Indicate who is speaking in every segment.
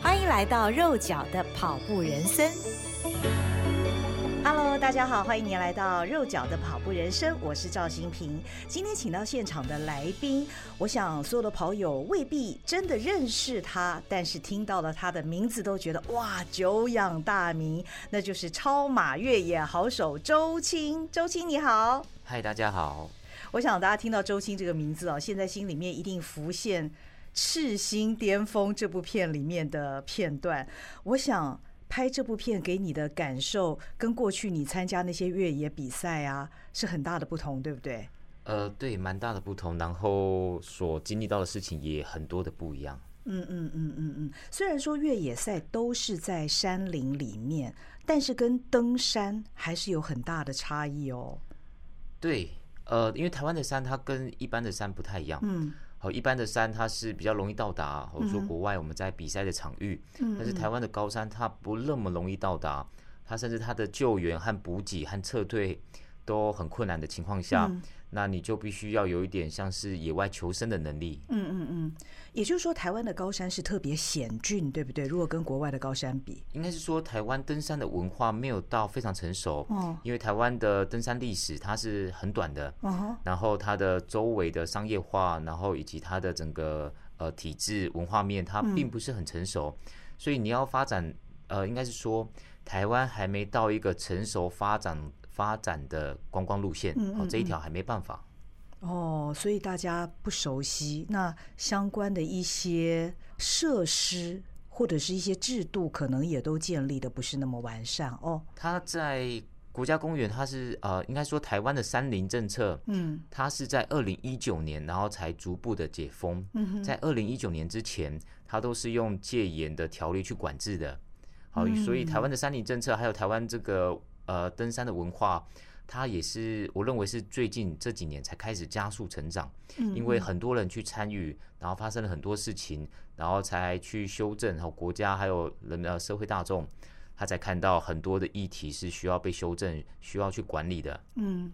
Speaker 1: 欢迎来到肉脚的跑步人生。Hello，大家好，欢迎您来到肉脚的跑步人生，我是赵新平。今天请到现场的来宾，我想所有的跑友未必真的认识他，但是听到了他的名字都觉得哇，久仰大名，那就是超马越野好手周青。周青你好，
Speaker 2: 嗨，大家好。
Speaker 1: 我想大家听到周青这个名字哦，现在心里面一定浮现《赤心巅峰》这部片里面的片段。我想拍这部片给你的感受，跟过去你参加那些越野比赛啊，是很大的不同，对不对？
Speaker 2: 呃，对，蛮大的不同，然后所经历到的事情也很多的不一样。
Speaker 1: 嗯嗯嗯嗯嗯。虽然说越野赛都是在山林里面，但是跟登山还是有很大的差异哦。
Speaker 2: 对，呃，因为台湾的山它跟一般的山不太一样。
Speaker 1: 嗯，
Speaker 2: 好，一般的山它是比较容易到达，或者说
Speaker 1: 嗯哼
Speaker 2: 国外我们在比赛的场域，
Speaker 1: 嗯
Speaker 2: 但是台湾的高山它不那么容易到达，它甚至它的救援和补给和撤退都很困难的情况下，
Speaker 1: 嗯
Speaker 2: 那你就必须要有一点像是野外求生的能力。
Speaker 1: 嗯嗯嗯，也就是说，台湾的高山是特别险峻，对不对？如果跟国外的高山比，
Speaker 2: 应该是说台湾登山的文化没有到非常成熟，
Speaker 1: 哦，
Speaker 2: 因为台湾的登山历史它是很短的，
Speaker 1: 哦吼，
Speaker 2: 然后它的周围的商业化，然后以及它的整个呃体制文化面，
Speaker 1: 嗯
Speaker 2: 它并不是很成熟，所以你要发展，呃，应该是说台湾还没到一个成熟发展发展的观光路线，
Speaker 1: 嗯
Speaker 2: 哦，
Speaker 1: 嗯
Speaker 2: 这一条还没办法。
Speaker 1: 哦，所以大家不熟悉那相关的一些设施或者是一些制度，可能也都建立的不是那么完善哦。
Speaker 2: 它在国家公园，它是呃，应该说台湾的山林政策，
Speaker 1: 嗯
Speaker 2: 它是在二零一九年，然后才逐步的解封。
Speaker 1: 嗯哼，
Speaker 2: 在二零一九年之前，它都是用戒严的条例去管制的。好，
Speaker 1: 嗯
Speaker 2: 所以台湾的山林政策，还有台湾这个呃登山的文化，它也是我认为是最近这几年才开始加速成长，
Speaker 1: 嗯
Speaker 2: 因为很多人去参与，然后发生了很多事情，然后才去修正，然后国家还有人呃社会大众。他才看到很多的议题是需要被修正、需要去管理的。
Speaker 1: 嗯。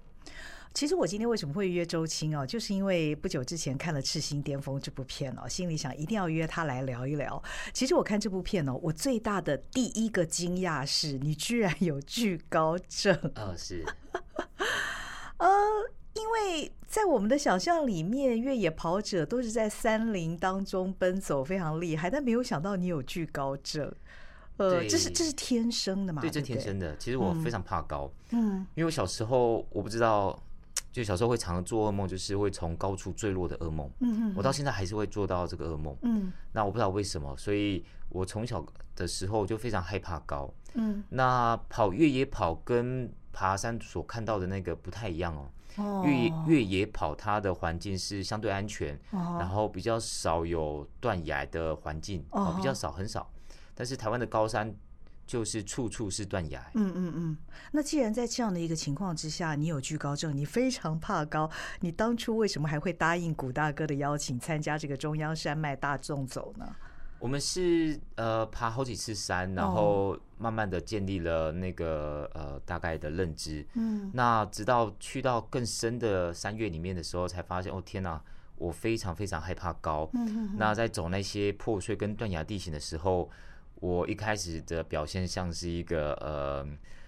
Speaker 1: 其实我今天为什么会约周青哦，就是因为不久之前看了《赤心巅峰》这部片哦，心里想一定要约他来聊一聊。其实我看这部片哦，我最大的第一个惊讶是你居然有惧高症。
Speaker 2: 呃，是，
Speaker 1: 呃，因为在我们的想象里面，越野跑者都是在山林当中奔走，非常厉害，但没有想到你有惧高症。呃，
Speaker 2: 对
Speaker 1: 这是这是天生的嘛？
Speaker 2: 对，
Speaker 1: 啊对，
Speaker 2: 这天。生的。其实我非常怕高，
Speaker 1: 嗯
Speaker 2: 因为我小时候我不知道，就小时候会常常做噩梦，就是会从高处坠落的噩梦。
Speaker 1: 嗯嗯
Speaker 2: 我到现在还是会做到这个噩梦。
Speaker 1: 嗯
Speaker 2: 那我不知道为什么，所以我从小的时候就非常害怕高。
Speaker 1: 嗯
Speaker 2: 那跑越野跑跟爬山所看到的那个不太一样哦。
Speaker 1: 哦，
Speaker 2: 越野越野跑它的环境是相对安全，然
Speaker 1: 哦
Speaker 2: 后比较少有断崖的环境，
Speaker 1: 哦
Speaker 2: 哦，比较少很少。但是台湾的高山就是处处是断崖。
Speaker 1: 嗯嗯嗯。那既然在这样的一个情况之下，你有惧高症，你非常怕高，你当初为什么还会答应古大哥的邀请参加这个中央山脉大纵走呢？
Speaker 2: 我们是呃爬好几次山，然后慢慢的建立了那个呃大概的认知。
Speaker 1: 嗯
Speaker 2: 那直到去到更深的山岳里面的时候，才发现哦天哪，我非常非常害怕高。
Speaker 1: 嗯
Speaker 2: 那在走那些破碎跟断崖地形的时候，我一开始的表现像是一个呃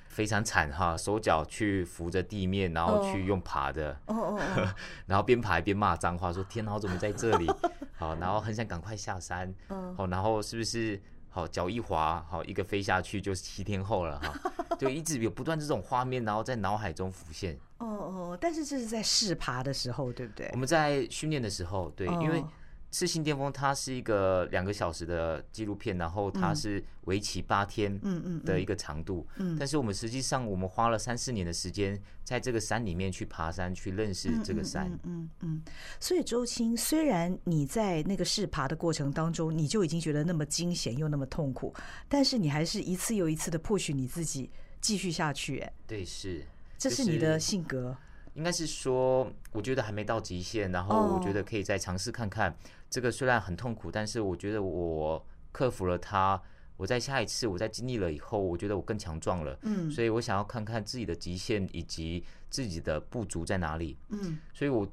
Speaker 2: 非常惨哈，手脚去扶着地面，然后去用爬的。
Speaker 1: 哦哦哦，
Speaker 2: 然后边爬边骂脏话，说天哪，我怎么在这里？好，然后很想赶快下山，
Speaker 1: 嗯
Speaker 2: 好，然后是不是好脚一滑，好一个飞下去就是七天后 了哈，就一直有不断这种画面，然后在脑海中浮现。
Speaker 1: 哦哦，但是这是在试爬的时候，对不对
Speaker 2: 我？们在训练的时候，对，因为
Speaker 1: 哦
Speaker 2: 赤性巅峰它是一个两个小时的纪录片，然后它是为期八天
Speaker 1: 嗯嗯
Speaker 2: 的一个长度。
Speaker 1: 嗯
Speaker 2: 但是我们实际上我们花了三四年的时间，在这个山里面去爬山，去认识这个山。
Speaker 1: 嗯嗯嗯，所以周青，虽然你在那个试爬的过程当中，你就已经觉得那么惊险又那么痛苦，但是你还是一次又一次的迫许你自己继续下去、哎，
Speaker 2: 对，是。
Speaker 1: 这
Speaker 2: 就是
Speaker 1: 你的性格。
Speaker 2: 应该是说，我觉得还没到极限，然后我觉
Speaker 1: 哦
Speaker 2: 得可以再尝试看看。这个虽然很痛苦，但是我觉得我克服了它。我在下一次我在经历了以后，我觉得我更强壮了。
Speaker 1: 嗯
Speaker 2: 所以我想要看看自己的极限以及自己的不足在哪里。
Speaker 1: 嗯
Speaker 2: 所以我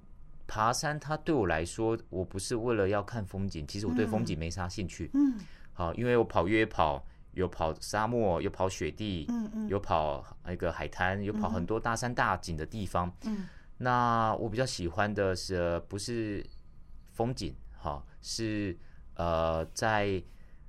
Speaker 2: 爬山，它对我来说，我不是为了要看风景，其实我对风景没啥兴趣。
Speaker 1: 嗯
Speaker 2: 好、因为我跑越野跑，有跑沙漠，有跑雪地，
Speaker 1: 嗯嗯
Speaker 2: 有跑那个海滩，有跑很多大山大景的地方。
Speaker 1: 嗯
Speaker 2: 那我比较喜欢的是呃不是风景哈、是呃在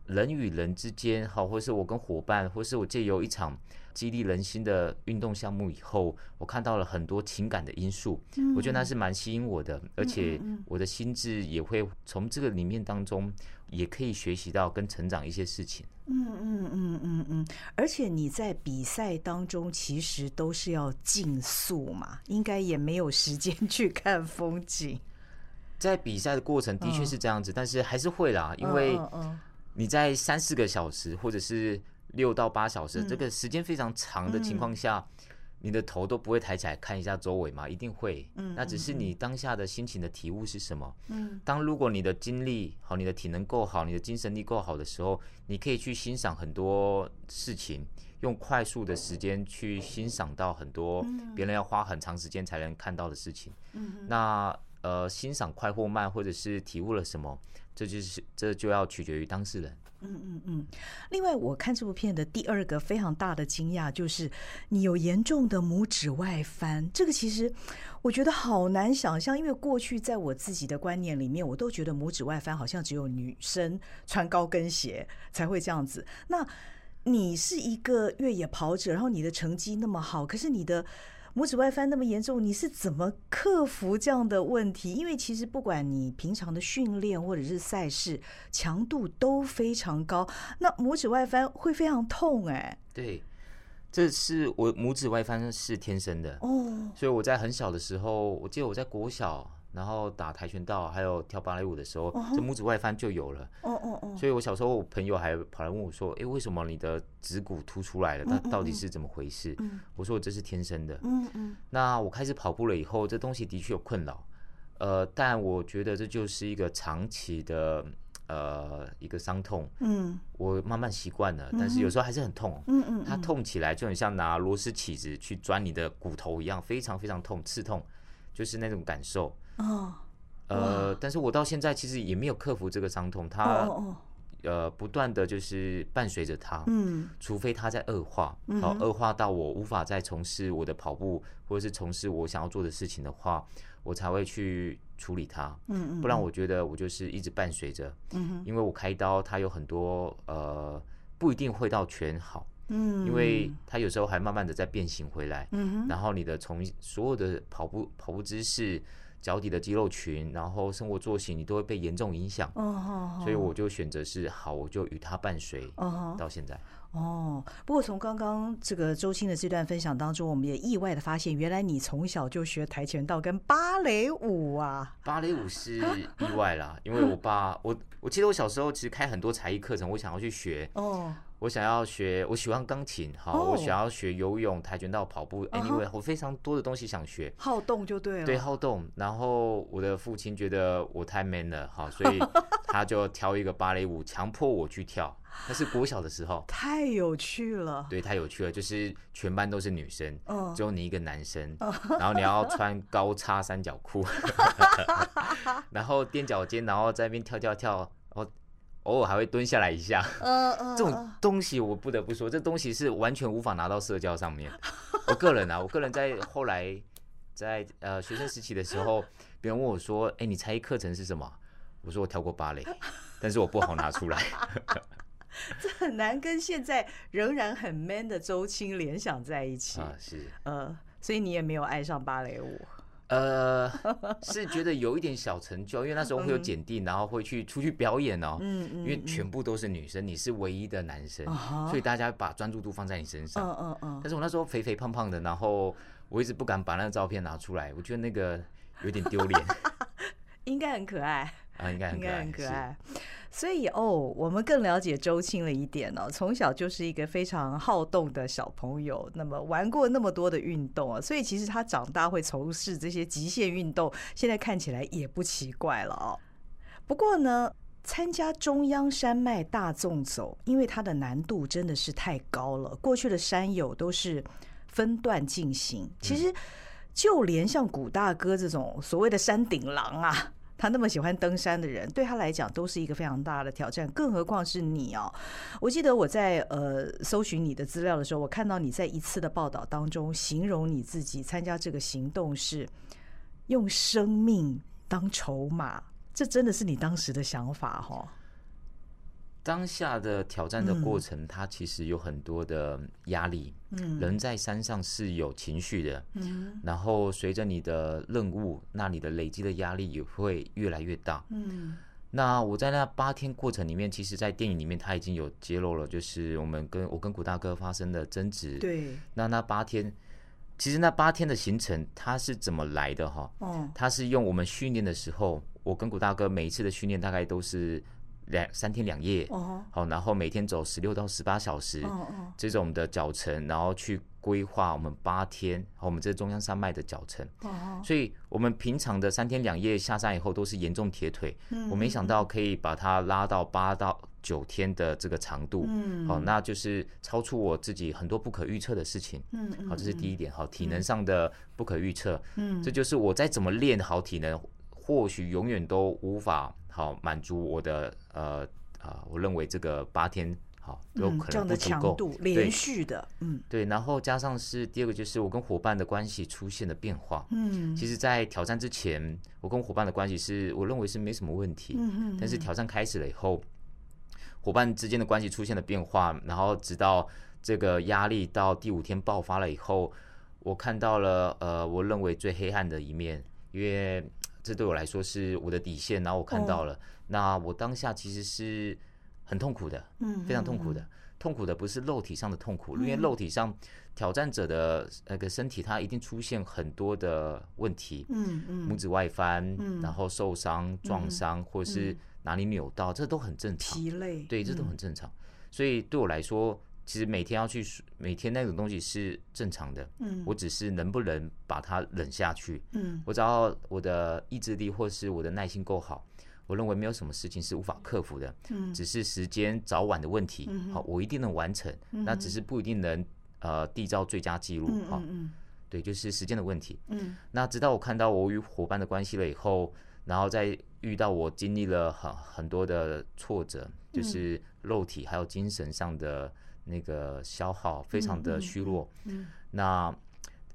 Speaker 2: 人与人之间哈、或是我跟伙伴，或是我借由一场激励人心的运动项目以后，我看到了很多情感的因素，我觉得那是蛮吸引我的，
Speaker 1: 嗯
Speaker 2: 而且我的心智也会从这个里面当中也可以学习到跟成长一些事情。
Speaker 1: 嗯嗯嗯嗯嗯，而且你在比赛当中其实都是要竞速嘛，应该也没有时间 去看风景。
Speaker 2: 在比赛的过程的确是这样子，但是还是会啦，因为
Speaker 1: 嗯嗯
Speaker 2: 你在三四个小时或者是六到八小时、
Speaker 1: 嗯
Speaker 2: 这个时间非常长的情况下，你的头都不会抬起来看一下周围嘛？一定会。
Speaker 1: 嗯
Speaker 2: 那只是你当下的心情的体悟是什么？
Speaker 1: 嗯
Speaker 2: 当如果你的精力好，你的体能够好，你的精神力够好的时候，你可以去欣赏很多事情，用快速的时间去欣赏到很多别人要花很长时间才能看到的事情。
Speaker 1: 嗯
Speaker 2: 那呃，欣赏快或慢，或者是体悟了什么，这就是这就要取决于当事人。
Speaker 1: 嗯嗯嗯。另外，我看这部片的第二个非常大的惊讶就是，你有严重的拇指外翻，这个其实我觉得好难想象，因为过去在我自己的观念里面，我都觉得拇指外翻好像只有女生穿高跟鞋才会这样子。那你是一个越野跑者，然后你的成绩那么好，可是你的拇指外翻那么严重，你是怎么克服这样的问题？因为其实不管你平常的训练或者是赛事强度都非常高，那拇指外翻会非常痛哎、
Speaker 2: 对，这是我拇指外翻是天生的，
Speaker 1: 哦，
Speaker 2: 所以我在很小的时候，我记得我在国小，然后打跆拳道还有跳芭蕾舞的时候，这拇指外翻就有了。
Speaker 1: 哦哦哦，
Speaker 2: 所以我小时候，我朋友还跑来问我说：“诶，为什么你的指骨凸出来了？它到底是怎么回事？”我说：“这是天生的。”
Speaker 1: 嗯嗯
Speaker 2: 那我开始跑步了以后，这东西的确有困扰，呃，但我觉得这就是一个长期的呃一个伤痛，
Speaker 1: 嗯
Speaker 2: 我慢慢习惯了，但是有时候还是很痛，
Speaker 1: 嗯嗯，
Speaker 2: 它痛起来就很像拿螺丝起子去钻你的骨头一样，非常非常痛，刺痛，就是那种感受。
Speaker 1: 哦
Speaker 2: 呃，但是我到现在其实也没有克服这个伤痛，
Speaker 1: 哦
Speaker 2: 它
Speaker 1: 哦，
Speaker 2: 呃不断的就是伴随着它，
Speaker 1: 嗯
Speaker 2: 除非它在恶化，好、恶化到我无法再从事我的跑步或者是从事我想要做的事情的话，我才会去处理它。
Speaker 1: 嗯嗯，
Speaker 2: 不然我觉得我就是一直伴随着，
Speaker 1: 嗯
Speaker 2: 因为我开刀它有很多呃不一定会到全好，
Speaker 1: 嗯，
Speaker 2: 因为它有时候还慢慢的在变形回来。
Speaker 1: 嗯
Speaker 2: 然后你的从所有的跑步跑步姿势、脚底的肌肉群，然后生活作息，你都会被严重影响。
Speaker 1: 哼，哦，
Speaker 2: 所以我就选择是好，我就与它伴随
Speaker 1: 哦
Speaker 2: 到现在。
Speaker 1: 哦，不过从刚刚这个周青的这段分享当中，我们也意外的发现，原来你从小就学跆拳道跟芭蕾舞啊，
Speaker 2: 芭蕾舞是意外啦，因为我爸，我我记得我小时候其实开很多才艺课程，我想要去学，
Speaker 1: 哦，
Speaker 2: 我想要学，我喜欢钢琴，好，
Speaker 1: 哦
Speaker 2: 我想要学游泳、跆拳道、跑步
Speaker 1: 嗯哼
Speaker 2: ，anyway，我非常多的东西想学。
Speaker 1: 好动就对了，
Speaker 2: 对，好动。然后我的父亲觉得我太 man 了，好，所以他就挑一个芭蕾舞，强迫我去跳。那是国小的时候，
Speaker 1: 太有趣了，
Speaker 2: 对，太有趣了，就是全班都是女生，
Speaker 1: 嗯
Speaker 2: 只有你一个男生，然后你要穿高叉三角裤，然后踮脚尖，然后在那边跳跳跳，然后偶尔还会蹲下来一下。
Speaker 1: 嗯嗯，
Speaker 2: 这种东西我不得不说，这东西是完全无法拿到社交上面。我个人啊，我个人在后来在呃学生时期的时候，别人问我说：“哎、你才艺课程是什么？”我说我跳过芭蕾，但是我不好拿出 来。
Speaker 1: 这很 难跟现在仍然很 man 的周青联想在一起，
Speaker 2: 啊，是。
Speaker 1: 呃，所以你也没有爱上芭蕾舞，
Speaker 2: 呃，是觉得有一点小成就，因为那时候会有检定，然后会去出去表演哦。
Speaker 1: 嗯嗯，
Speaker 2: 因为
Speaker 1: 嗯
Speaker 2: 全部都是女生，你是唯一的男生
Speaker 1: 啊，哈
Speaker 2: 所以大家把专注度放在你身上。
Speaker 1: 嗯嗯嗯
Speaker 2: 但，是我那时候肥肥胖胖的，然后我一直不敢把那个照片拿出来，我觉得那个有点丢 脸
Speaker 1: 应该很可爱，
Speaker 2: 啊，应该很
Speaker 1: 应
Speaker 2: 可
Speaker 1: 该
Speaker 2: 爱，
Speaker 1: 很可
Speaker 2: 是。
Speaker 1: 爱。所以哦，我们更了解周青了一点哦。从小就是一个非常好动的小朋友，那么玩过那么多的运动啊，所以其实他长大会从事这些极限运动，现在看起来也不奇怪了哦。不过呢，参加中央山脉大纵走，因为它的难度真的是太高了。过去的山友都是分段进行，其实就连像古大哥这种所谓的山顶狼啊。他那么喜欢登山的人，对他来讲都是一个非常大的挑战，更何况是你哦。我记得我在呃搜寻你的资料的时候，我看到你在一次的报道当中形容你自己参加这个行动是用生命当筹码，这真的是你当时的想法哦哈、
Speaker 2: 当下的挑战的
Speaker 1: 嗯
Speaker 2: 过程，它其实有很多的压力。嗯，人在山上是有情绪的。嗯，然后随着你的任务，那你的累积的压力也会越来越大。
Speaker 1: 嗯
Speaker 2: 那我在那八天过程里面，其实，在电影里面他已经有揭露了，就是我们跟我跟古大哥发生的争执。，
Speaker 1: 对，
Speaker 2: 那那八天，其实那八天的行程它是怎么来的哈？
Speaker 1: 哦，
Speaker 2: 它是用我们训练的时候，我跟古大哥每一次的训练大概都是两三天两夜。
Speaker 1: 哦，
Speaker 2: 好，然后每天走十六到十八小时、
Speaker 1: 哦哦，
Speaker 2: 这种的脚程，然后去规划我们八天和我们这中央山脉的脚程。
Speaker 1: 哦，
Speaker 2: 所以，我们平常的三天两夜下山以后都是严重铁腿，
Speaker 1: 嗯
Speaker 2: 我没想到可以把它拉到八到九天的这个长度。
Speaker 1: 嗯
Speaker 2: 好，那就是超出我自己很多不可预测的事情。
Speaker 1: 嗯嗯，
Speaker 2: 好，这是第一点。好，体能上的不可预测，
Speaker 1: 嗯
Speaker 2: 这就是我再怎么练好体能，或许永远都无法好满足我的呃啊，我认为这个八天好都
Speaker 1: 嗯
Speaker 2: 可
Speaker 1: 这样
Speaker 2: 能不
Speaker 1: 的
Speaker 2: 足
Speaker 1: 强
Speaker 2: 够。
Speaker 1: 度连续的，嗯
Speaker 2: 对，然后加上是第二个，就是我跟伙伴的关系出现了变化。
Speaker 1: 嗯
Speaker 2: 其实，在挑战之前，我跟伙伴的关系是我认为是没什么问题，
Speaker 1: 嗯
Speaker 2: 但是挑战开始了以后，伙伴之间的关系出现了变化，然后直到这个压力到第五天爆发了以后，我看到了呃，我认为最黑暗的一面，因为这对我来说是我的底线，然后我看
Speaker 1: 哦
Speaker 2: 到了，那我当下其实是很痛苦的，
Speaker 1: 嗯
Speaker 2: 非常痛苦的。痛苦的不是肉体上的痛苦，因为肉体上挑战者的那个身体，它一定出现很多的问题，
Speaker 1: 嗯嗯
Speaker 2: 拇指外翻，然后受伤、撞伤，或是哪里扭到，这都很正
Speaker 1: 嗯
Speaker 2: 常。
Speaker 1: 疲嗯累，
Speaker 2: 对，这都很正常。所以对我来说，其实每天要去，每天那种东西是正常的。
Speaker 1: 嗯
Speaker 2: 我只是能不能把它忍下去，
Speaker 1: 嗯
Speaker 2: 我只要我的意志力或是我的耐心够好，我认为没有什么事情是无法克服的，
Speaker 1: 嗯
Speaker 2: 只是时间早晚的问题。
Speaker 1: 嗯哼
Speaker 2: 好，我一定能完成，那只是不一定能呃缔造最佳记录。
Speaker 1: 嗯
Speaker 2: 好，
Speaker 1: 嗯
Speaker 2: 对，就是时间的问题。
Speaker 1: 嗯
Speaker 2: 那直到我看到我与伙伴的关系了以后，然后再遇到我经历了很很多的挫折，
Speaker 1: 嗯
Speaker 2: 就是肉体还有精神上的那个消耗，非常的虚弱。
Speaker 1: 嗯
Speaker 2: 那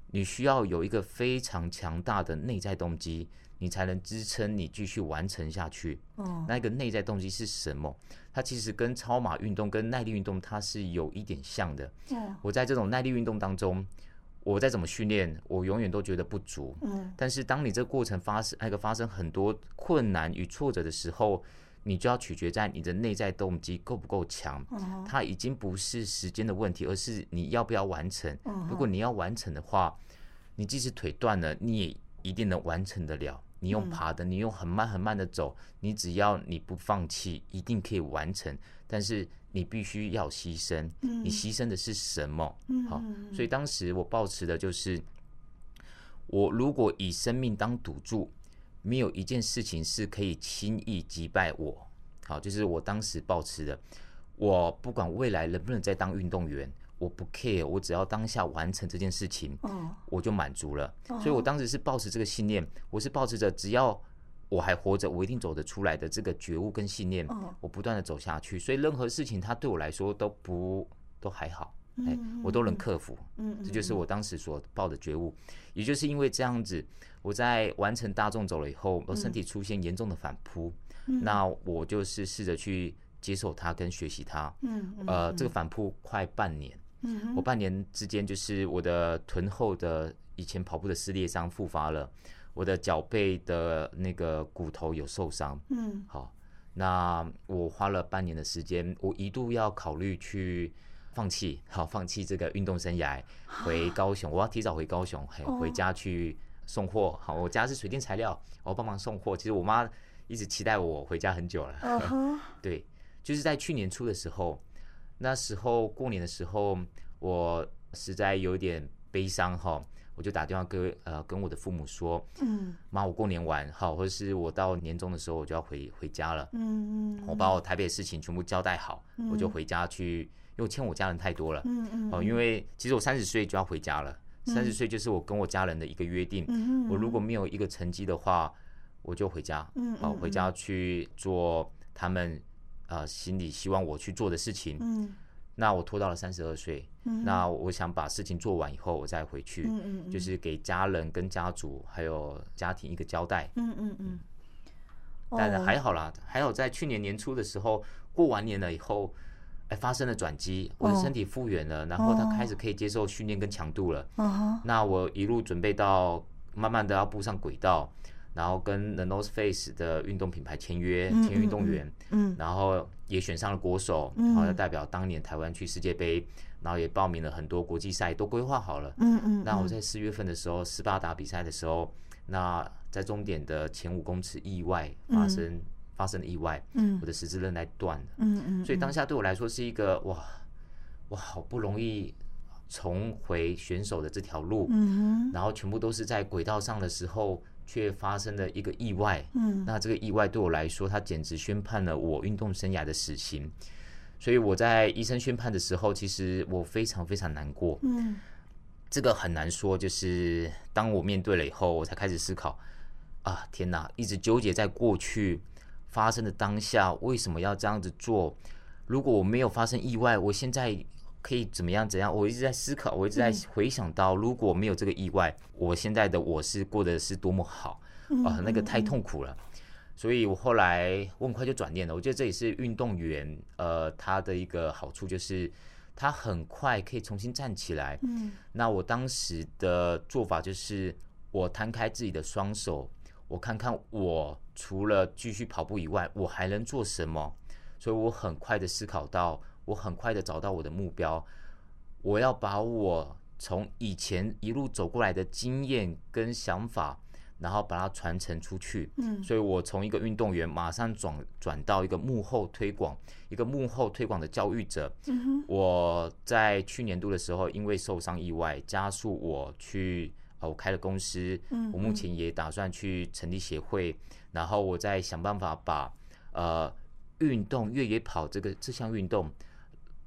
Speaker 2: 你需要有一个非常强大的内在动机，你才能支撑你继续完成下去。
Speaker 1: 哦
Speaker 2: 那个内在动机是什么？它其实跟超马运动、跟耐力运动它是有一点像的。
Speaker 1: 哦
Speaker 2: 我在这种耐力运动当中，我再怎么训练，我永远都觉得不足。
Speaker 1: 嗯
Speaker 2: 但是当你这个过程发生那个发生很多困难与挫折的时候，你就要取决在你的内在动机够不够强。
Speaker 1: 哦
Speaker 2: 它已经不是时间的问题，而是你要不要完成。
Speaker 1: 嗯
Speaker 2: 如果你要完成的话，你即使腿断了，你也一定能完成得了。你用爬的，你用很慢很慢的走，你只要你不放弃，一定可以完成。但是你必须要牺牲，你牺牲的是什么？好，
Speaker 1: 嗯
Speaker 2: 所以当时我抱持的就是，我如果以生命当赌注，没有一件事情是可以轻易击败我。好，就是我当时抱持的，我不管未来能不能再当运动员，我不 care，我只要当下完成这件事情，
Speaker 1: 哦
Speaker 2: 我就满足了。所以我当时是抱持这个信念，我是抱持着只要我还活着，我一定走得出来的这个觉悟跟信念
Speaker 1: 哦，
Speaker 2: 我不断的走下去。所以任何事情它对我来说都不都还好，哎，我都能克服。
Speaker 1: 嗯
Speaker 2: 这就是我当时所抱的觉悟。也就是因为这样子，我在完成大众走了以后，我
Speaker 1: 嗯
Speaker 2: 身体出现严重的反扑，那我就是试着去接受它跟学习它。
Speaker 1: 嗯
Speaker 2: 呃，这个反扑快半年，
Speaker 1: 嗯
Speaker 2: 我半年之间就是我的臀后的以前跑步的撕裂伤复发了，我的脚背的那个骨头有受伤，
Speaker 1: 嗯
Speaker 2: 好，那我花了半年的时间，我一度要考虑去放弃， 好，放弃这个运动生涯，回高雄，我要提早回高雄，嘿，回
Speaker 1: 哦
Speaker 2: 家去送货。好，我家是水电材料，我要帮忙送货。其实我妈一直期待我回家很久了。
Speaker 1: 嗯哼，
Speaker 2: 对，就是在去年初的时候，那时候过年的时候，我实在有一点悲伤哈，我就打电话跟呃跟我的父母说，
Speaker 1: 嗯
Speaker 2: 妈，我过年完好，或者是我到年终的时候我就要回回家了，
Speaker 1: 嗯嗯，
Speaker 2: 我把我台北的事情全部交代好，我就
Speaker 1: 嗯
Speaker 2: 回家去，因为我欠我家人太多了，
Speaker 1: 嗯嗯
Speaker 2: 哦，因为其实我三十岁就要回家了，三十
Speaker 1: 嗯
Speaker 2: 岁就是我跟我家人的一个约定，
Speaker 1: 嗯
Speaker 2: 我如果没有一个成绩的话，我就回家，
Speaker 1: 嗯
Speaker 2: 好、
Speaker 1: 嗯
Speaker 2: 回家去做他们呃心里希望我去做的事情。
Speaker 1: 嗯
Speaker 2: 那我拖到了三十二岁，
Speaker 1: 嗯
Speaker 2: 那我想把事情做完以后，我再回去，
Speaker 1: 嗯嗯
Speaker 2: 就是给家人跟家族还有家庭一个交代。
Speaker 1: 嗯嗯嗯，
Speaker 2: 但是
Speaker 1: 哦
Speaker 2: 还好啦，还好在去年年初的时候，过完年了以后。哎，发生了转机，我的
Speaker 1: 哦
Speaker 2: 身体复原了，然后他开
Speaker 1: 哦
Speaker 2: 始可以接受训练跟强度了。
Speaker 1: 嗯哼
Speaker 2: 那我一路准备到慢慢的要步上轨道，然后跟 The North Face 的运动品牌签约，
Speaker 1: 嗯
Speaker 2: 签运动员，
Speaker 1: 嗯
Speaker 2: 然后也选上了国手，
Speaker 1: 嗯
Speaker 2: 然后要代表当年台湾去世界杯，然后也报名了很多国际赛，都规划好了。
Speaker 1: 嗯嗯，
Speaker 2: 那我
Speaker 1: 嗯
Speaker 2: 在四月份的时候，斯巴达比赛的时候，那在终点的前五公尺意外发
Speaker 1: 嗯
Speaker 2: 生、发生了意外，
Speaker 1: 嗯
Speaker 2: 我的十字韧带断了。
Speaker 1: 嗯嗯，
Speaker 2: 所以当
Speaker 1: 时
Speaker 2: 下对我来说是一个哇，我好不容易重回选手的这条路，
Speaker 1: 嗯哼
Speaker 2: 然后全部都是在轨道上的时候，却发生了一个意外。
Speaker 1: 嗯
Speaker 2: 那这个意外对我来说，它简直宣判了我运动生涯的死刑。所以我在医生宣判的时候，其实我非常非常难过。
Speaker 1: 嗯
Speaker 2: 这个很难说，就是当我面对了以后，我才开始思考啊，天哪，一直纠结在过去发生的当下，为什么要这样子做？如果我没有发生意外，我现在可以怎么样怎样？我一直在思考，我一直在回想到，如果没有这个意外，我现在的我是过得是多么好
Speaker 1: 嗯
Speaker 2: 啊，那个太痛苦了。所以我后来我很快就转念了。我觉得这也是运动员呃他的一个好处，就是他很快可以重新站起来。
Speaker 1: 嗯
Speaker 2: 那我当时的做法就是，我摊开自己的双手，我看看我除了继续跑步以外，我还能做什么。所以我很快的思考到，我很快的找到我的目标，我要把我从以前一路走过来的经验跟想法，然后把它传承出去。
Speaker 1: 嗯
Speaker 2: 所以我从一个运动员马上转转到一个幕后推广，一个幕后推广的教育者。
Speaker 1: 嗯哼
Speaker 2: 我在去年度的时候，因为受伤意外，加速我去呃，我开了公司，
Speaker 1: 嗯
Speaker 2: 我目前也打算去成立协会，然后我再想办法把呃运动越野跑这个这项运动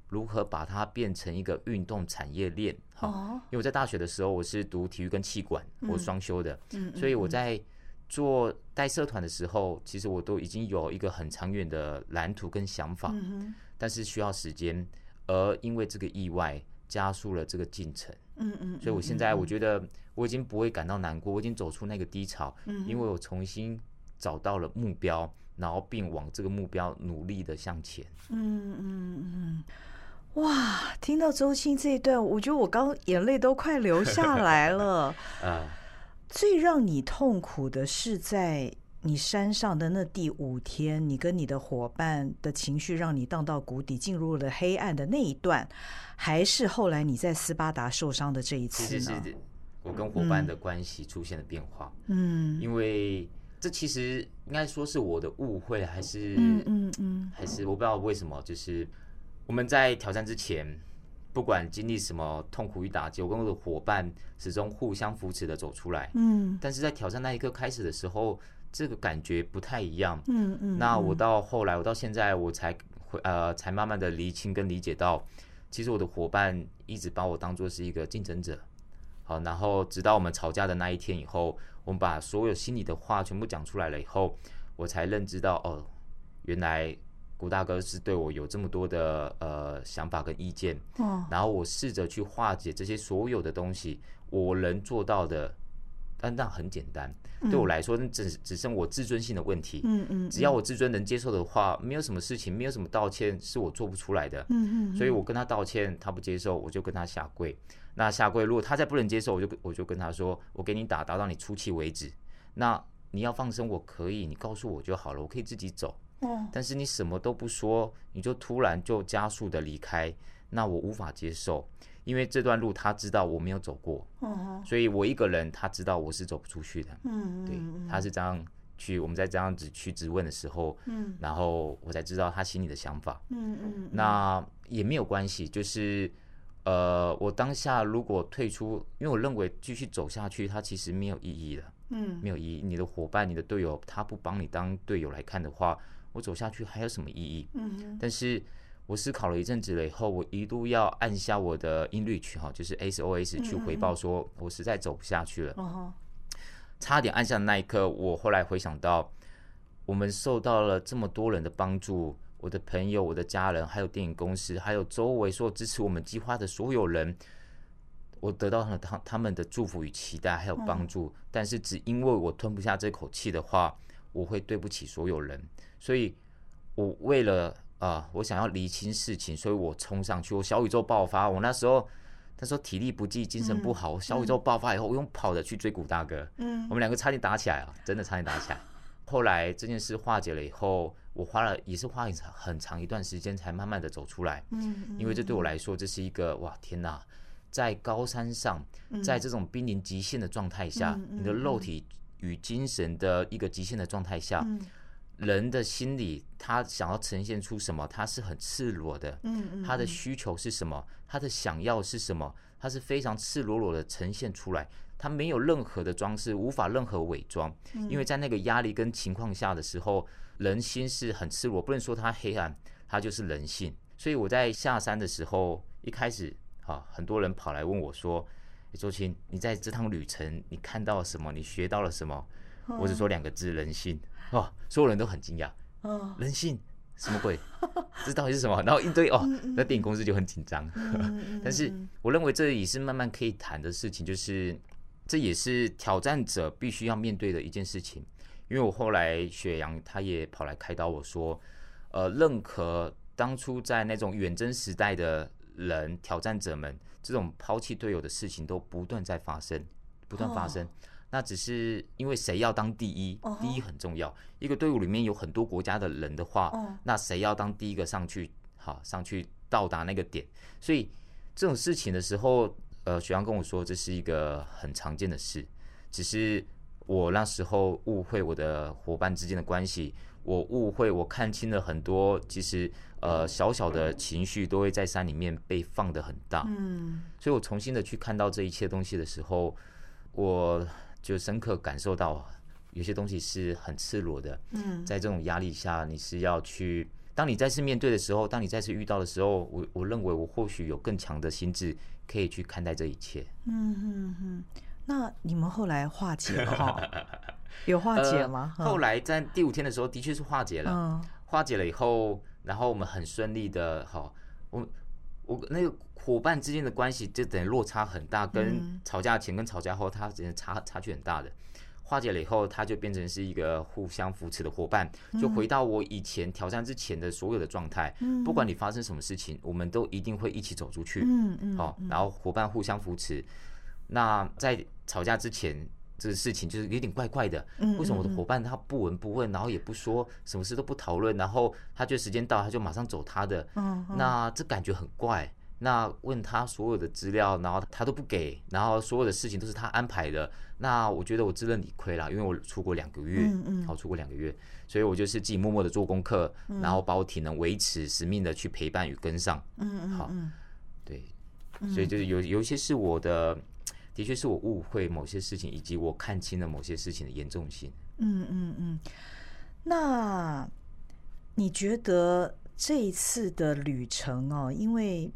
Speaker 2: 如何把它变成一个运动产业链。好、
Speaker 1: 哦
Speaker 2: 因为我在大学的时候我是读体育跟气管，我
Speaker 1: 嗯
Speaker 2: 是双修的，
Speaker 1: 嗯，
Speaker 2: 所以我在做带社团的时候，其实我都已经有一个很长远的蓝图跟想法。
Speaker 1: 嗯
Speaker 2: 但是需要时间，而因为这个意外加速了这个进程，
Speaker 1: 嗯嗯，
Speaker 2: 所以我现在我觉得我已经不会感到难过，我已经走出那个低潮，
Speaker 1: 嗯
Speaker 2: 因为我重新找到了目标，然后并往这个目标努力的向前。
Speaker 1: 嗯嗯嗯，哇，听到周星这一段，我觉得我刚眼泪都快流下来了。
Speaker 2: 呃，
Speaker 1: 啊最让你痛苦的是在你山上的那第五天，你跟你的伙伴的情绪让你荡到谷底，进入了黑暗的那一段，还是后来你在斯巴达受伤的这一
Speaker 2: 其
Speaker 1: 次
Speaker 2: 实
Speaker 1: 呢？
Speaker 2: 是我跟伙伴的关系出现了变化，
Speaker 1: 嗯
Speaker 2: 因为这其实应该说是我的误会，还是
Speaker 1: 嗯嗯嗯
Speaker 2: 还是我不知道为什么，就是我们在挑战之前，不管经历什么痛苦与打击，我跟我的伙伴始终互相扶持的走出来。
Speaker 1: 嗯
Speaker 2: 但是在挑战那一刻开始的时候，这个感觉不太一样。
Speaker 1: 嗯嗯，
Speaker 2: 那我到后来，我到现在，我才会呃，才慢慢的厘清跟理解到，其实我的伙伴一直把我当做是一个竞争者。好，然后直到我们吵架的那一天以后，我们把所有心里的话全部讲出来了以后，我才认知到哦，原来谷大哥是对我有这么多的呃想法跟意见。
Speaker 1: 哦
Speaker 2: 然后我试着去化解这些所有的东西，我能做到的，但那很简单，对我来说，那只只剩我自尊心的问题。
Speaker 1: 嗯嗯，
Speaker 2: 只要我自尊能接受的话，没有什么事情，没有什么道歉是我做不出来的。
Speaker 1: 嗯嗯，
Speaker 2: 所以我跟他道歉，他不接受，我就跟他下跪。那下跪，如果他再不能接受，我就我就跟他说，我给你打，打到你出气为止。那你要放生，我可以，你告诉我就好了，我可以自己走。
Speaker 1: 哦，
Speaker 2: 但是你什么都不说，你就突然就加速的离开，那我无法接受，因为这段路他知道我没有走过，
Speaker 1: 哦，
Speaker 2: 所以我一个人他知道我是走不出去的。
Speaker 1: 嗯，
Speaker 2: 对
Speaker 1: 嗯，
Speaker 2: 他是这样去，我们在这样子去质问的时候，
Speaker 1: 嗯
Speaker 2: 然后我才知道他心里的想法。
Speaker 1: 嗯嗯，
Speaker 2: 那也没有关系，就是呃，我当下如果退出，因为我认为继续走下去，它其实没有意义了，
Speaker 1: 嗯
Speaker 2: 没有意义。你的伙伴、你的队友，他不帮你当队友来看的话，我走下去还有什么意义？
Speaker 1: 嗯
Speaker 2: 但是我思考了一阵子了以后，我一度要按下我的 in reach 哈，就是 SOS 去回报说，我实在走不下去了。
Speaker 1: 哦，
Speaker 2: 差点按下的那一刻，我后来回想到，我们受到了这么多人的帮助，我的朋友、我的家人，还有电影公司，还有周围所有支持我们计划的所有人，我得到了他他们的祝福与期待，还有帮助。但是只因为我吞不下这口气的话，我会对不起所有人，所以我为了啊、呃我想要厘清事情，所以我冲上去，我小宇宙爆发，我那时候。那时候体力不济，精神不好。我小宇宙爆发以后，我用跑的去追古大哥。
Speaker 1: 嗯
Speaker 2: 我们两个差点打起来啊，真的差点打起来。后来这件事化解了以后，我花了也是花很长很长一段时间才慢慢的走出来，
Speaker 1: 嗯，
Speaker 2: 因为这对我来说，这是一个哇天哪，在高山上，
Speaker 1: 嗯
Speaker 2: 在这种濒临极限的状态下，
Speaker 1: 嗯嗯
Speaker 2: 你的肉体与精神的一个极限的状态下，
Speaker 1: 嗯
Speaker 2: 人的心理他想要呈现出什么，他是很赤裸的，
Speaker 1: 嗯嗯，
Speaker 2: 他的需求是什么，他的想要是什么，他是非常赤裸裸的呈现出来，他没有任何的装饰，无法任何伪装，因为在那个压力跟情况下的时候，人心是很赤裸，不能说他黑暗，他就是人性。所以我在下山的时候，一开始啊，很多人跑来问我说：“诶周青，你在这趟旅程你看到了什么？你学到了什么？”我只说两个字：人性。哦，所有人都很惊讶，
Speaker 1: 哦，
Speaker 2: 人性什么鬼？这到底是什么？然后一堆哦，那电影公司就很紧张。
Speaker 1: 嗯
Speaker 2: 但是我认为这也是慢慢可以谈的事情，就是这也是挑战者必须要面对的一件事情。因为我后来雪阳他也跑来开导我说，呃，认可当初在那种远征时代的人挑战者们，这种抛弃队友的事情都不断在发生，不断发生。那只是因为谁要当第一
Speaker 1: 哦，
Speaker 2: 第一很重要。一个队伍里面有很多国家的人的话
Speaker 1: 哦，
Speaker 2: 那谁要当第一个上去，好上去到达那个点。所以这种事情的时候，呃，学长跟我说这是一个很常见的事，只是我那时候误会我的伙伴之间的关系，我误会，我看清了很多，其实呃小小的情绪都会在山里面被放得很大，
Speaker 1: 嗯
Speaker 2: 所以我重新的去看到这一切东西的时候，我就深刻感受到有些东西是很赤裸的，
Speaker 1: 嗯
Speaker 2: 在这种压力下，你是要去。当你再次面对的时候，当你再次遇到的时候，我我认为我或许有更强的心智可以去看待这一切。
Speaker 1: 嗯嗯嗯，那你们后来化解了 哈？有化解吗？
Speaker 2: 呃后来在第五天的时候，的确是化解了。
Speaker 1: 嗯
Speaker 2: 化解了以后，然后我们很顺利的，好，我我那个伙伴之间的关系就等于落差很大，跟吵架前跟吵架后，他之间差差距很大的。化解了以后，他就变成是一个互相扶持的伙伴，就回到我以前挑战之前的所有的状态。不管你发生什么事情，我们都一定会一起走出去。
Speaker 1: 嗯嗯，
Speaker 2: 好、然后伙伴互相扶持。那在吵架之前，这个事情就是有点怪怪的。
Speaker 1: 嗯
Speaker 2: 为什么我的伙伴他不闻不问，然后也不说，什么事都不讨论，然后他觉得时间到他就马上走他的，
Speaker 1: 嗯
Speaker 2: 那这感觉很怪。那问他所有的资料，然后他都不给，然后所有的事情都是他安排的。那我觉得我自认理亏啦，因为我出国两个月，
Speaker 1: 嗯嗯
Speaker 2: 好出国两个月，所以我就是自己默默的做功课，然后把我体能维持，使命的去陪伴与跟上。
Speaker 1: 嗯嗯
Speaker 2: 好
Speaker 1: 嗯，
Speaker 2: 对，所以就是有有一些是我的，的确是我误会某些事情，以及我看清了某些事情的严重性。
Speaker 1: 嗯嗯嗯，那你觉得这一次的旅程哦，因为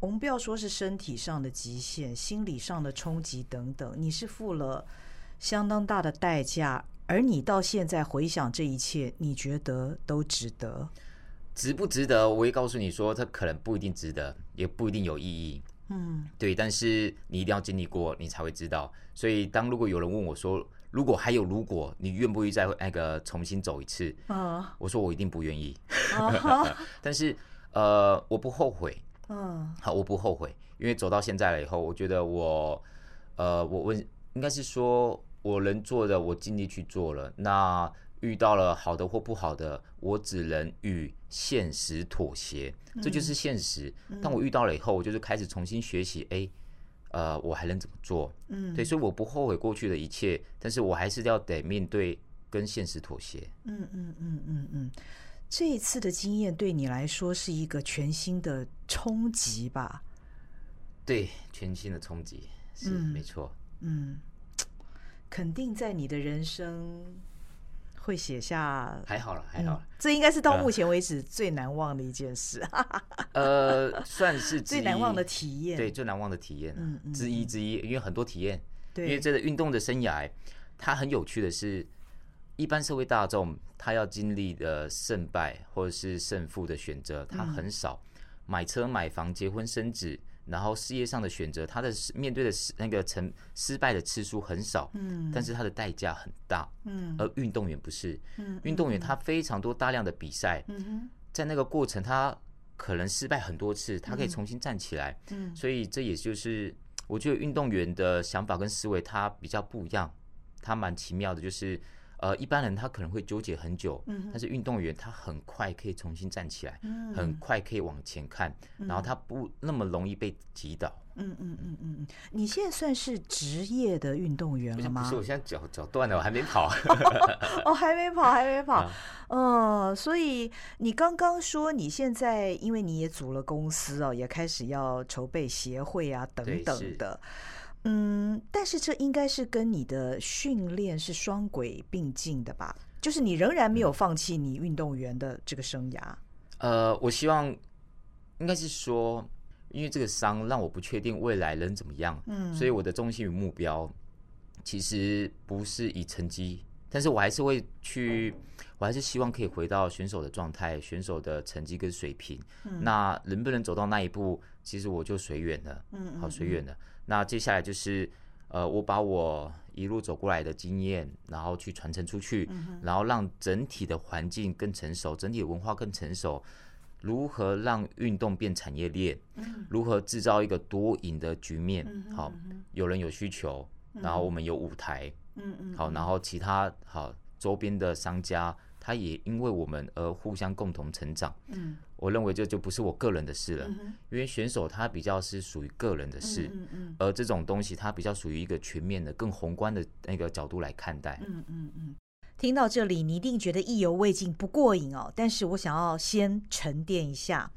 Speaker 1: 我们不要说是身体上的极限、心理上的冲击等等，你是付了相当大的代价，而你到现在回想这一切，你觉得都值得？
Speaker 2: 值不值得？我会告诉你说，它可能不一定值得，也不一定有意义。
Speaker 1: 嗯
Speaker 2: 对，但是你一定要经历过，你才会知道。所以，当如果有人问我说，如果还有如果，你愿不愿意再那个重新走一次？
Speaker 1: 啊
Speaker 2: 我说我一定不愿意。
Speaker 1: 啊哈
Speaker 2: 但是，呃，我不后悔，
Speaker 1: 嗯
Speaker 2: 好，我不后悔，因为走到现在了以后，我觉得我，呃，我问应该是说我能做的，我尽力去做了。那遇到了好的或不好的，我只能与现实妥协，这
Speaker 1: 嗯
Speaker 2: 就是现实。当我遇到了以后，我就是开始重新学习，哎，呃，我还能怎么做？
Speaker 1: 嗯，
Speaker 2: 对，所以我不后悔过去的一切，但是我还是要得面对跟现实妥协。
Speaker 1: 嗯嗯嗯嗯嗯，这一次的经验对你来说是一个全新的冲击吧？
Speaker 2: 对，全新的冲击是、
Speaker 1: 嗯
Speaker 2: 没错。
Speaker 1: 嗯，肯定在你的人生会写下，嗯
Speaker 2: 还好了，还好嗯了。
Speaker 1: 这应该是到目前为止最难忘的一件事，啊
Speaker 2: 呃，算是
Speaker 1: 最
Speaker 2: 之
Speaker 1: 难忘
Speaker 2: 一
Speaker 1: 的体验。
Speaker 2: 对，最难忘的体验啊、
Speaker 1: 嗯嗯
Speaker 2: 之一之一，因为很多体验，因为
Speaker 1: 对，
Speaker 2: 这个运动的生涯，它很有趣的是，一般社会大众他要经历的胜败或者是胜负的选择，他
Speaker 1: 嗯
Speaker 2: 很少。买车、买房、结婚、生子，然后事业上的选择，他的面对的失那个成失败的次数很少，
Speaker 1: 嗯
Speaker 2: 但是他的代价很大。
Speaker 1: 嗯
Speaker 2: 而运动员不是，
Speaker 1: 嗯
Speaker 2: 运动员他非常多大量的比赛，
Speaker 1: 嗯哼
Speaker 2: 在那个过程，他可能失败很多次，他可以重新站起来。
Speaker 1: 嗯
Speaker 2: 所以这也就是我觉得运动员的想法跟思维，他比较不一样，他蛮奇妙的。就是呃，一般人他可能会纠结很久，
Speaker 1: 嗯哼
Speaker 2: 但是运动员他很快可以重新站起来，
Speaker 1: 嗯
Speaker 2: 很快可以往前看，然后他不那么容易被击倒。
Speaker 1: 嗯嗯嗯嗯嗯，你现在算是职业的运动员
Speaker 2: 不
Speaker 1: 了
Speaker 2: 是不
Speaker 1: 吗
Speaker 2: 是，？我现在脚脚断了，我还没 跑。
Speaker 1: 哦，还没跑，还没跑。嗯，所以你刚刚说你现在，因为你也组了公司哦，也开始要筹备协会啊等
Speaker 2: 对是
Speaker 1: 等的。嗯，但是这应该是跟你的训练是双轨并进的吧？就是你仍然没有放弃你运动员的这个生涯。
Speaker 2: 呃，我希望应该是说，因为这个伤让我不确定未来能怎么样，
Speaker 1: 嗯
Speaker 2: 所以我的重心与目标其实不是以成绩，但是我还是会去，
Speaker 1: 嗯
Speaker 2: 我还是希望可以回到选手的状态、选手的成绩跟水平。
Speaker 1: 嗯
Speaker 2: 那能不能走到那一步，其实我就随缘了，
Speaker 1: 嗯
Speaker 2: 好随缘了。那接下来就是。呃，我把我一路走过来的经验，然后去传承出去，
Speaker 1: 嗯
Speaker 2: 然后让整体的环境更成熟，整体的文化更成熟。如何让运动变产业链？如何制造一个多赢的局面？
Speaker 1: 嗯
Speaker 2: 好，有人有需求，然后我们有舞台，
Speaker 1: 嗯嗯
Speaker 2: 好，然后其他好周边的商家，他也因为我们而互相共同成长。
Speaker 1: 嗯
Speaker 2: 我认为这就不是我个人的事了，
Speaker 1: 哼
Speaker 2: 因为选手他比较是属于个人的事，
Speaker 1: 嗯嗯
Speaker 2: 而这种东西它比较属于一个全面的、更宏观的那个角度来看待。
Speaker 1: 嗯嗯嗯，听到这里，你一定觉得意犹未尽、不过瘾哦。但是我想要先沉淀一下，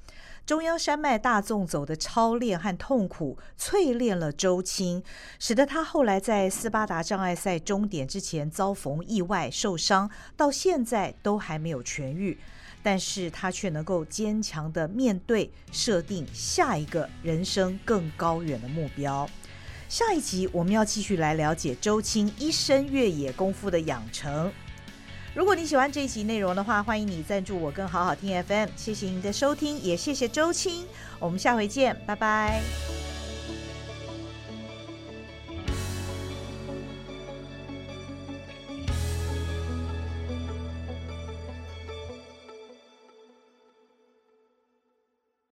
Speaker 1: 中央山脉大纵走的操练和痛苦淬炼了周青，使得他后来在斯巴达障碍赛终点之前遭逢意外受伤，到现在都还没有痊愈。但是他却能够坚强的面对，设定下一个人生更高远的目标。下一集我们要继续来了解周青一身越野功夫的养成。如果你喜欢这一集内容的话，欢迎你赞助我跟好好听 FM，谢谢您的收听，也谢谢周青，我们下回见，拜拜。